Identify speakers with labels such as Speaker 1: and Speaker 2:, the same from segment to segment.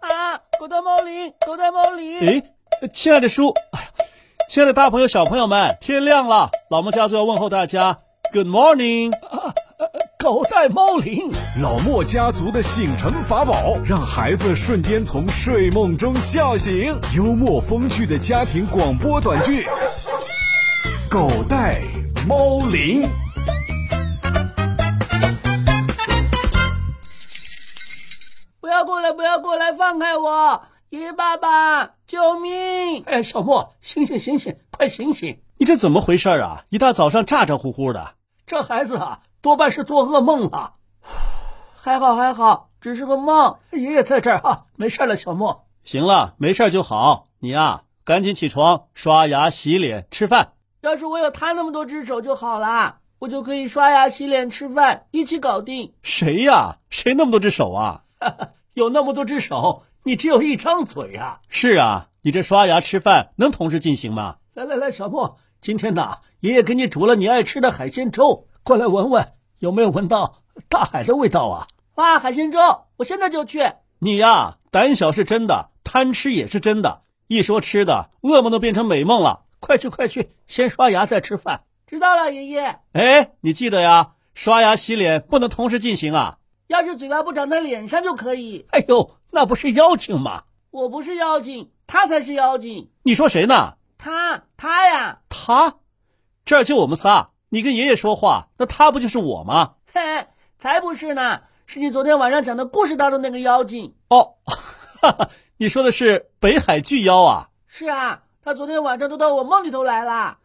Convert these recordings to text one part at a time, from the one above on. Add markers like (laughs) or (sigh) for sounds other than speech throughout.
Speaker 1: 啊狗带猫铃，狗带猫铃。
Speaker 2: 诶，亲爱的叔，哎呀，亲爱的大朋友、小朋友们，天亮了，老莫家族要问候大家，Good morning。
Speaker 1: 啊狗带猫铃。
Speaker 3: 老莫家族的醒神法宝，让孩子瞬间从睡梦中笑醒。幽默风趣的家庭广播短剧，《狗带猫铃》。
Speaker 1: 不要过来，不要过来，放开我！爷爷爸爸，救命！哎，小莫，醒醒醒醒，快醒醒！
Speaker 2: 你这怎么回事儿啊？一大早上咋咋呼呼的。
Speaker 1: 这孩子啊，多半是做噩梦了。还好还好，只是个梦。爷爷在这儿啊，没事了，小莫。
Speaker 2: 行了，没事儿就好。你呀、赶紧起床，刷牙、洗脸、吃饭。
Speaker 1: 要是我有他那么多只手就好啦，我就可以刷牙、洗脸、吃饭，一起搞定。
Speaker 2: 谁呀、谁那么多只手啊？
Speaker 1: (laughs) 有那么多只手，你只有一张嘴呀、
Speaker 2: 是啊，你这刷牙、吃饭能同时进行吗？
Speaker 1: 来来来，小莫，今天呐，爷爷给你煮了你爱吃的海鲜粥，过来闻闻，有没有闻到大海的味道啊？哇，海鲜粥，我现在就去。
Speaker 2: 你呀、胆小是真的，贪吃也是真的。一说吃的，噩梦都变成美梦了。
Speaker 1: 快去快去，先刷牙再吃饭。知道了，爷爷。
Speaker 2: 哎，你记得呀，刷牙、洗脸不能同时进行啊。
Speaker 1: 要是嘴巴不长在脸上就可以。
Speaker 2: 哎呦，那不是妖精吗？
Speaker 1: 我不是妖精，他才是妖精。
Speaker 2: 你说谁呢？
Speaker 1: 他他呀，
Speaker 2: 他，这儿就我们仨，你跟爷爷说话，那他不就是我吗？
Speaker 1: 嘿，才不是呢，是你昨天晚上讲的故事当中那个妖精。
Speaker 2: 哦， (laughs) 哈哈，你说的是北海巨妖啊？
Speaker 1: 是啊，他昨天晚上都到我梦里头来了。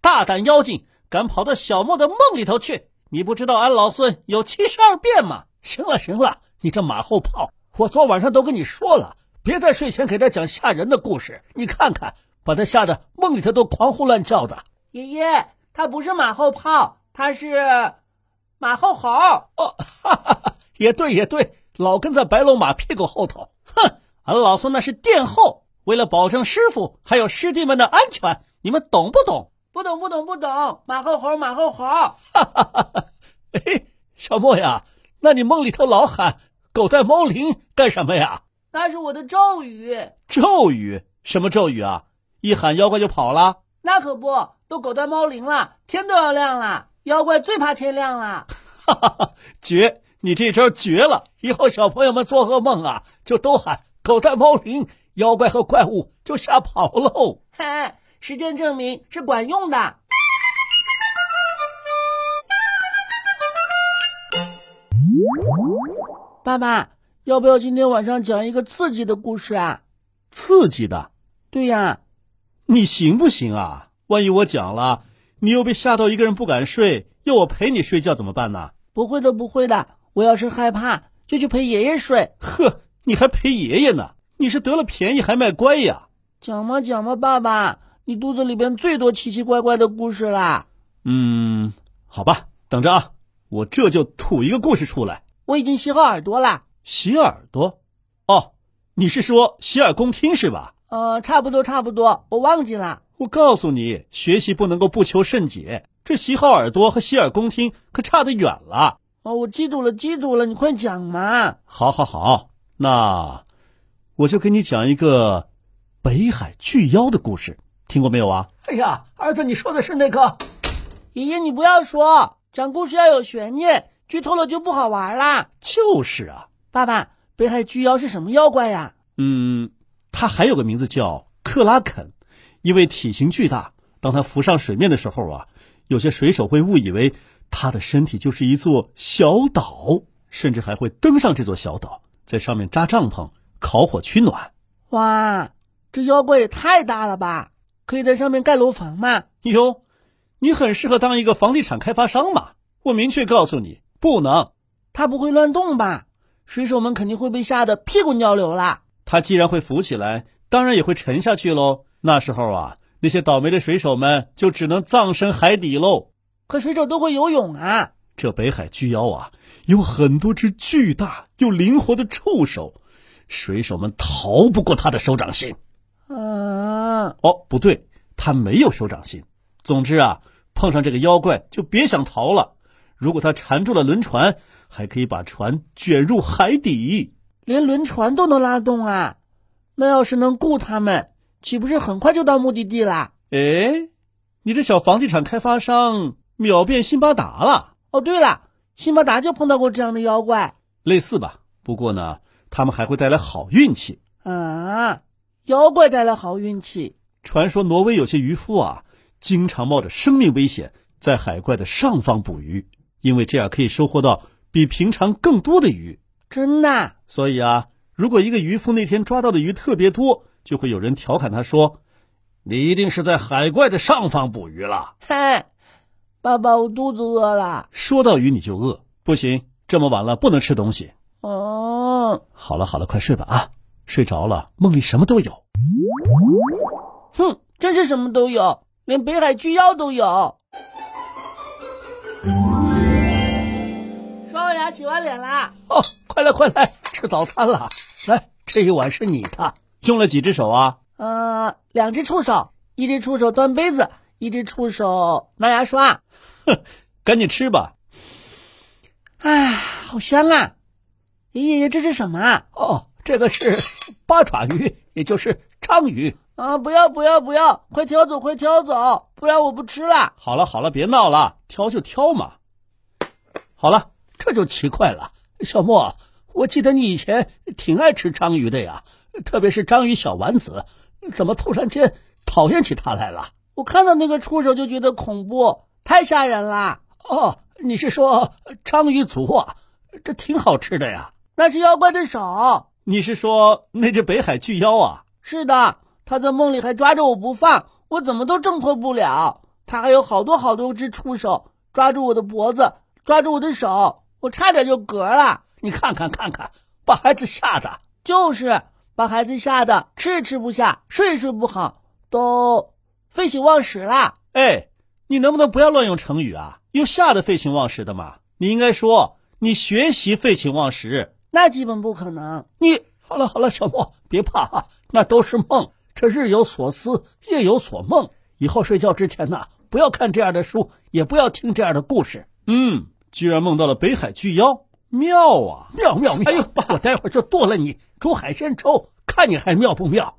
Speaker 2: 大胆妖精，敢跑到小莫的梦里头去？你不知道俺老孙有七十二变吗？
Speaker 1: 行了行了，你这马后炮，我昨晚上都跟你说了，别在睡前给他讲吓人的故事。你看看，把他吓得梦里头都狂呼乱叫的。爷爷，他不是马后炮，他是马后猴。哦，哈哈哈，
Speaker 2: (laughs)
Speaker 1: 也对也对，老跟在白龙马屁股后头。
Speaker 2: 哼，俺老孙那是殿后，为了保证师傅还有师弟们的安全，你们懂不懂？
Speaker 1: 不懂不懂不懂，马后猴马后猴。
Speaker 2: (laughs) 哎，小莫呀，那你梦里头老喊“狗带猫铃”干什么呀？
Speaker 1: 那是我的咒语，
Speaker 2: 咒语？什么咒语啊？一喊妖怪就跑了？
Speaker 1: 那可不，都狗带猫铃了，天都要亮了，妖怪最怕天亮了。
Speaker 2: 哈哈哈，绝！你这招绝了！以后小朋友们做噩梦啊，就都喊“狗带猫铃”，妖怪和怪物就吓跑喽。
Speaker 1: 嘿，实践证明是管用的。爸爸，要不要今天晚上讲一个刺激的故事啊？
Speaker 2: 刺激的，
Speaker 1: 对呀，
Speaker 2: 你行不行啊？万一我讲了，你又被吓到一个人不敢睡，要我陪你睡觉怎么办呢？
Speaker 1: 不会的，不会的。我要是害怕，就去陪爷爷睡。
Speaker 2: 呵，你还陪爷爷呢？你是得了便宜还卖乖呀？
Speaker 1: 讲嘛讲嘛，爸爸，你肚子里边最多奇奇怪怪的故事啦。
Speaker 2: 嗯，好吧，等着啊，我这就吐一个故事出来。
Speaker 1: 我已经洗好耳朵啦。
Speaker 2: 洗耳朵？哦，你是说洗耳恭听是吧？
Speaker 1: 呃，差不多，差不多，我忘记了。
Speaker 2: 我告诉你，学习不能够不求甚解，这洗好耳朵和洗耳恭听可差得远了。
Speaker 1: 哦，我记住了，记住了，你快讲嘛！
Speaker 2: 好，好，好，那我就给你讲一个北海巨妖的故事，听过没有啊？
Speaker 1: 哎呀，儿子，你说的是那个？爷爷，你不要说，讲故事要有悬念，剧透了就不好玩啦。
Speaker 2: 就是啊，
Speaker 1: 爸爸，北海巨妖是什么妖怪呀？
Speaker 2: 嗯，它还有个名字叫克拉肯，因为体型巨大，当它浮上水面的时候啊，有些水手会误以为它的身体就是一座小岛，甚至还会登上这座小岛，在上面扎帐篷、烤火取暖。
Speaker 1: 哇，这妖怪也太大了吧！可以在上面盖楼房吗？
Speaker 2: 哟，你很适合当一个房地产开发商嘛！我明确告诉你，不能。
Speaker 1: 它不会乱动吧？水手们肯定会被吓得屁滚尿流啦！
Speaker 2: 它既然会浮起来，当然也会沉下去喽。那时候啊，那些倒霉的水手们就只能葬身海底喽。
Speaker 1: 可水手都会游泳啊！
Speaker 2: 这北海巨妖啊，有很多只巨大又灵活的触手，水手们逃不过它的手掌心。
Speaker 1: 嗯，
Speaker 2: 哦，不对，他没有手掌心。总之啊，碰上这个妖怪就别想逃了。如果他缠住了轮船，还可以把船卷入海底。
Speaker 1: 连轮船都能拉动啊！那要是能雇他们，岂不是很快就到目的地啦？
Speaker 2: 哎，你这小房地产开发商秒变辛巴达了，
Speaker 1: 哦，对了，辛巴达就碰到过这样的妖怪
Speaker 2: 类似吧？不过呢，他们还会带来好运气。
Speaker 1: 啊！妖怪带来好运气，
Speaker 2: 传说挪威有些渔夫啊，经常冒着生命危险在海怪的上方捕鱼，因为这样可以收获到比平常更多的鱼。
Speaker 1: 真的？
Speaker 2: 所以啊，如果一个渔夫那天抓到的鱼特别多，就会有人调侃他说：“你一定是在海怪的上方捕鱼了。
Speaker 1: 嘿，爸爸，我肚子饿了。”
Speaker 2: 说到鱼你就饿，不行，这么晚了不能吃东西。
Speaker 1: 哦，
Speaker 2: 好了好了，快睡吧啊，睡着了梦里什么都有。
Speaker 1: 哼，真是什么都有，连北海巨妖都有。刷完牙，洗完脸啦。
Speaker 2: 哦，快来快来，吃早餐了。来，这一碗是你的。用了几只手啊？
Speaker 1: 呃，两只触手，一只触手端杯子，一只触手拿牙刷。
Speaker 2: 赶紧吃吧。
Speaker 1: 唉，好香啊！爷爷爷，这是什么啊？
Speaker 2: 哦，这个是八爪鱼，也就是章鱼。
Speaker 1: 啊，不要不要不要！快挑走，快挑走，不然我不吃了。
Speaker 2: 好了好了，别闹了，挑就挑嘛。好了，这就奇怪了，小莫，我记得你以前挺爱吃章鱼的呀，特别是章鱼小丸子，怎么突然间讨厌起它来了？
Speaker 1: 我看到那个触手就觉得恐怖，太吓人啦！
Speaker 2: 哦，你是说章鱼足啊？这挺好吃的呀。
Speaker 1: 那是妖怪的手。
Speaker 2: 你是说那只北海巨妖啊？
Speaker 1: 是的，他在梦里还抓着我不放，我怎么都挣脱不了。他还有好多好多只触手，抓住我的脖子，抓住我的手，我差点就嗝了。
Speaker 2: 你看看看看，把孩子吓的。
Speaker 1: 就是把孩子吓得吃也吃不下，睡也睡不好，都废寝忘食啦。
Speaker 2: 哎，你能不能不要乱用成语啊？用吓得废寝忘食的嘛？你应该说你学习废寝忘食。
Speaker 1: 那基本不可能。
Speaker 2: 你好了好了，小莫，别怕啊，那都是梦，这日有所思，夜有所梦。以后睡觉之前呢、不要看这样的书，也不要听这样的故事。嗯，居然梦到了北海巨妖，妙啊，妙妙妙！哎呦，爸，我待会儿就剁了你，煮海参粥，看你还妙不妙？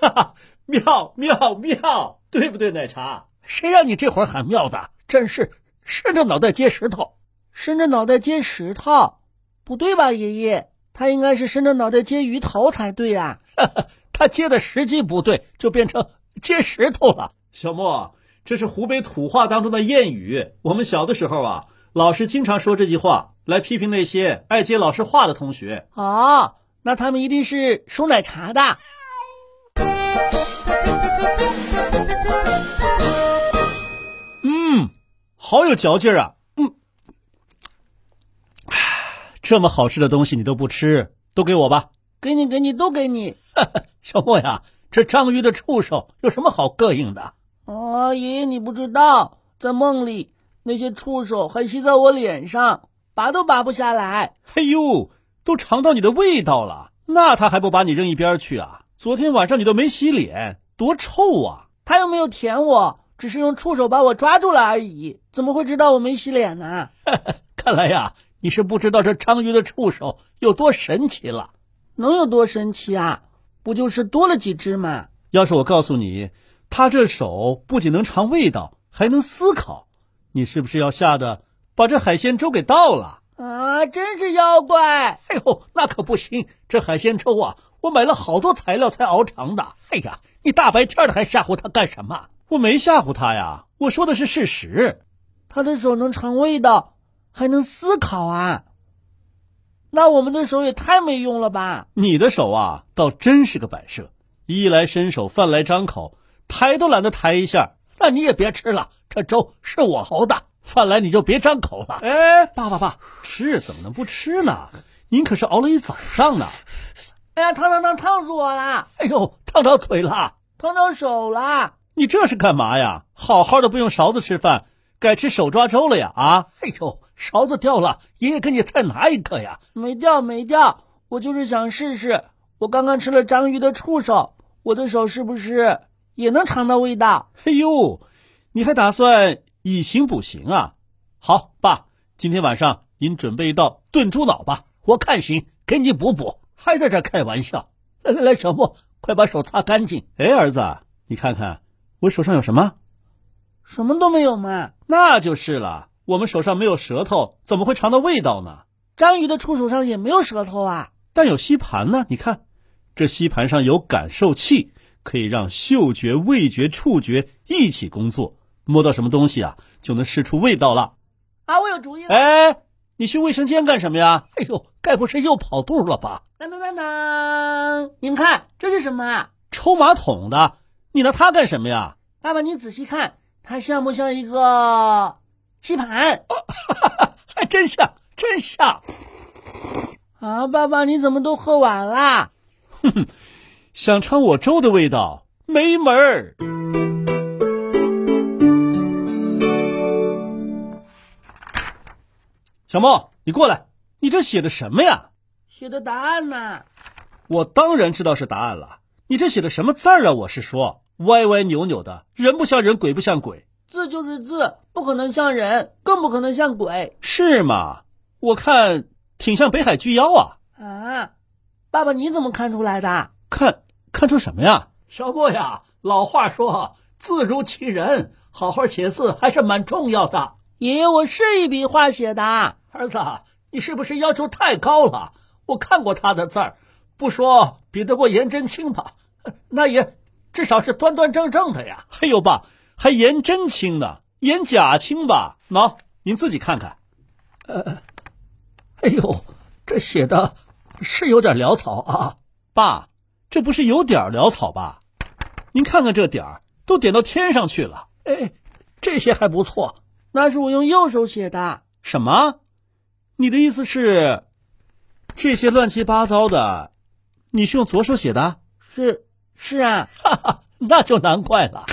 Speaker 2: 哈哈，妙妙妙，对不对，奶茶？谁让你这会儿喊妙的？真是伸着脑袋接石头。
Speaker 1: 伸着脑袋接石头，不对吧，爷爷？他应该是伸着脑袋接鱼头才对啊 (laughs) 呀、
Speaker 2: 他接的时机不对，就变
Speaker 1: (laughs)
Speaker 2: 成接石头了。小莫，这是湖北土话当中的谚语。我们小的时候啊，老师经常说这句话来批评那些爱接老师话的同学。
Speaker 1: 哦，那他们一定是收奶茶的。
Speaker 2: 好有嚼劲儿啊！嗯， (sighs) 唉这么好吃的东西你都不吃，都给我吧，
Speaker 1: 给你，给你，都给你。
Speaker 2: (laughs) 小莫呀！这章鱼的触手有什么好膈应的？
Speaker 1: 哦，爷爷，你不知道，在梦里那些触手还吸在我脸上，拔都拔不下来。
Speaker 2: 哎呦，都尝到你的味道了，那他还不把你扔一边儿去啊？昨天晚上你都没洗脸，多臭啊！
Speaker 1: 他又没有舔我，只是用触手把我抓住了而已，怎么会知道我没洗脸呢？
Speaker 2: (laughs) 看来呀，你是不知道这章鱼的触手有多神奇了。
Speaker 1: 能有多神奇啊？不就是多了几只吗？
Speaker 2: 要是我告诉你，它这手不仅能尝味道，还能思考，你是不是要吓得把这海鲜粥给倒了？
Speaker 1: 啊，真是妖怪！
Speaker 2: 哎呦，那可不行！这海鲜粥啊，我买了好多材料才熬成的。哎呀，你大白天的还吓唬他干什么？我没吓唬他呀，我说的是事实。
Speaker 1: 他的手能尝味道，还能思考啊！那我们的手也太没用了吧？
Speaker 2: 你的手啊，倒真是个摆设，衣来伸手，饭来张口，抬都懒得抬一下。那你也别吃了，这粥是我熬的，饭来你就别张口了。哎，爸爸爸，吃怎么能不吃呢？您可是熬了一早上呢。
Speaker 1: 哎呀，烫烫烫，烫死我啦！
Speaker 2: 哎呦，烫着腿了！
Speaker 1: 烫到手啦！
Speaker 2: 你这是干嘛呀？好好的不用勺子吃饭，改吃手抓粥了呀？啊！哎呦，勺子掉了，爷爷给你再拿一个呀。
Speaker 1: 没掉，没掉，我就是想试试。我刚刚吃了章鱼的触手，我的手是不是也能尝到味道？
Speaker 2: 哎呦，你还打算以形补形啊？好，爸，今天晚上您准备一道炖猪脑吧，我看行，给你补补。还在这儿开玩笑？来来来，小莫，快把手擦干净。
Speaker 3: 哎，儿子，你看看我手上有什么？
Speaker 2: 什么都没有嘛。
Speaker 3: 那就是了，我们手上没有舌头，怎么会尝到味道呢？
Speaker 2: 章鱼的触手上也没有舌头啊。
Speaker 3: 但有吸盘呢，你看，这吸盘上有感受器，可以让嗅觉、味觉、触觉一起工作，摸到什么东西啊，就能试出味道了。
Speaker 2: 啊，我有主意了！
Speaker 3: 哎，你去卫生间干什么呀？
Speaker 2: 哎呦，该不是又跑肚了吧？当当当当！你们看，这是什么啊？
Speaker 3: 抽马桶的，你拿它干什么呀？
Speaker 2: 爸爸，你仔细看，它像不像一个吸盘？
Speaker 3: 哦 (laughs) 还真像，真像。
Speaker 2: 啊，爸爸，你怎么都喝完啦？
Speaker 3: 想尝我粥的味道，没门儿！小莫，你过来，你这写的什么呀？
Speaker 2: 写的答案呢、
Speaker 3: 我当然知道是答案了，你这写的什么字儿啊？我是说，歪歪扭扭的，人不像人，鬼不像鬼，
Speaker 2: 字就是字，不可能像人，更不可能像鬼
Speaker 3: 是吗？我看挺像北海巨妖啊，
Speaker 2: 啊！爸爸，你怎么看出来的？
Speaker 3: 看看出什么呀？
Speaker 2: 小莫呀，老话说“字如其人”，好好写字还是蛮重要的。爷爷，我是一笔画写的。儿子，啊你是不是要求太高了？我看过他的字儿，不说比得过颜真卿吧，那也至少是端端正正的呀。
Speaker 3: 还有吧，还颜真卿呢，颜假卿吧？喏，您自己看看。
Speaker 2: 哎呦，这写的是有点潦草啊。
Speaker 3: 爸，这不是有点儿潦草吧？您看看这点儿，都点到天上去了。
Speaker 2: 哎，这些还不错，那是我用右手写的。
Speaker 3: 什么？你的意思是，这些乱七八糟的，你是用左手写的？
Speaker 2: 是是啊，
Speaker 3: 那就难怪了。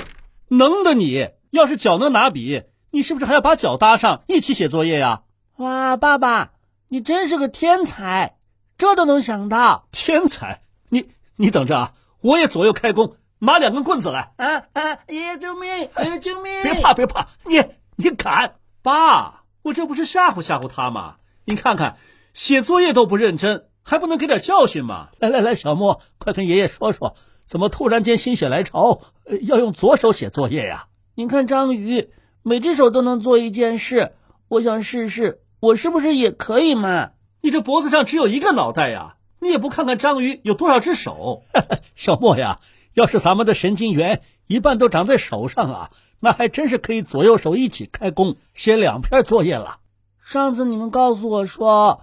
Speaker 3: 能的你，要是脚能拿笔，你是不是还要把脚搭上一起写作业呀、
Speaker 2: 哇，爸爸，你真是个天才，这都能想到。
Speaker 3: 天才！你你等着啊，我也左右开弓，拿两根棍子来。
Speaker 2: 啊啊！爷爷救命！爷爷救命！
Speaker 3: 别怕，别怕，你你敢？爸，我这不是吓唬吓唬他吗？您看看，写作业都不认真，还不能给点教训吗？
Speaker 2: 来来来，小莫，快跟爷爷说说，怎么突然间心血来潮，呃要用左手写作业呀、您看章鱼，每只手都能做一件事，我想试试，我是不是也可以嘛？
Speaker 3: 你这脖子上只有一个脑袋呀，你也不看看章鱼有多少只手？
Speaker 2: (laughs) 小莫呀，要是咱们的神经元一半都长在手上啊，那还真是可以左右手一起开工，写两篇作业了。上次你们告诉我说，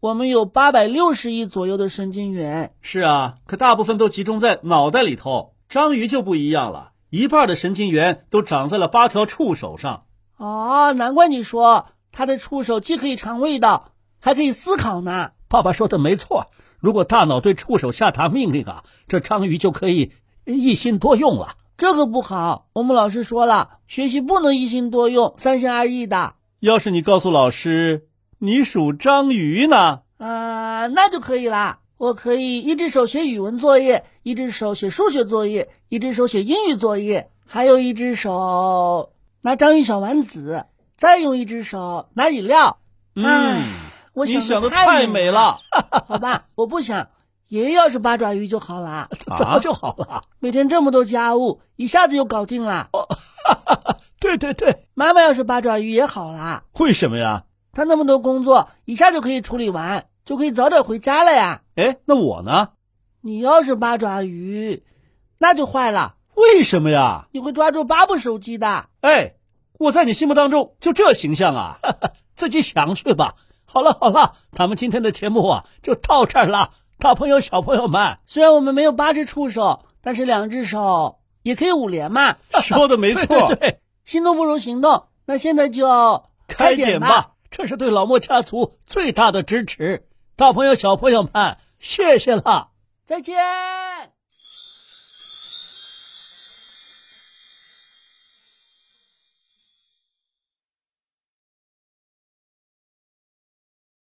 Speaker 2: 我们有八百六十亿左右的神经元，
Speaker 3: 是啊，可大部分都集中在脑袋里头。章鱼就不一样了，一半的神经元都长在了八条触手上。
Speaker 2: 哦，难怪你说它的触手既可以尝味道，还可以思考呢。
Speaker 3: 爸爸说的没错，如果大脑对触手下达命令啊，这章鱼就可以一心多用啊了。
Speaker 2: 这个不好，我们老师说了，学习不能一心多用，三心二意的。
Speaker 3: 要是你告诉老师你属章鱼呢？
Speaker 2: 啊、那就可以啦。我可以一只手写语文作业，一只手写数学作业，一只手写英语作业，还有一只手拿章鱼小丸子，再用一只手拿饮料。唉，我
Speaker 3: 嗯你想
Speaker 2: 的
Speaker 3: 的太美
Speaker 2: 美
Speaker 3: 了。
Speaker 2: (laughs) 好吧，我不想。爷爷要是八爪鱼就好啦，
Speaker 3: 啊
Speaker 2: 就好
Speaker 3: (laughs)
Speaker 2: 了？每天这么多家务，一下子就搞定啦。
Speaker 3: 对对对，
Speaker 2: 妈妈要是八爪鱼也好啦，
Speaker 3: 为什么呀？
Speaker 2: 她那么多工作一下就可以处理完，就可以早点回家了呀。
Speaker 3: 哎，那我呢？
Speaker 2: 你要是八爪鱼，那就坏了，
Speaker 3: 为什么呀？
Speaker 2: 你会抓住八部手机的。
Speaker 3: 哎，我在你心目当中就这形象啊？
Speaker 2: (laughs) 自己想去吧。好了好了，咱们今天的节目啊就到这儿了，大朋友小朋友们。虽然我们没有八只触手，但是两只手也可以五连 (laughs) 嘛。
Speaker 3: 说的没错，
Speaker 2: 对对对，心动不如行动。那现在就
Speaker 3: 开
Speaker 2: 点
Speaker 3: 点吧，
Speaker 2: 这是对老莫家族最大的支持。大朋友小朋友们，谢谢了，再见。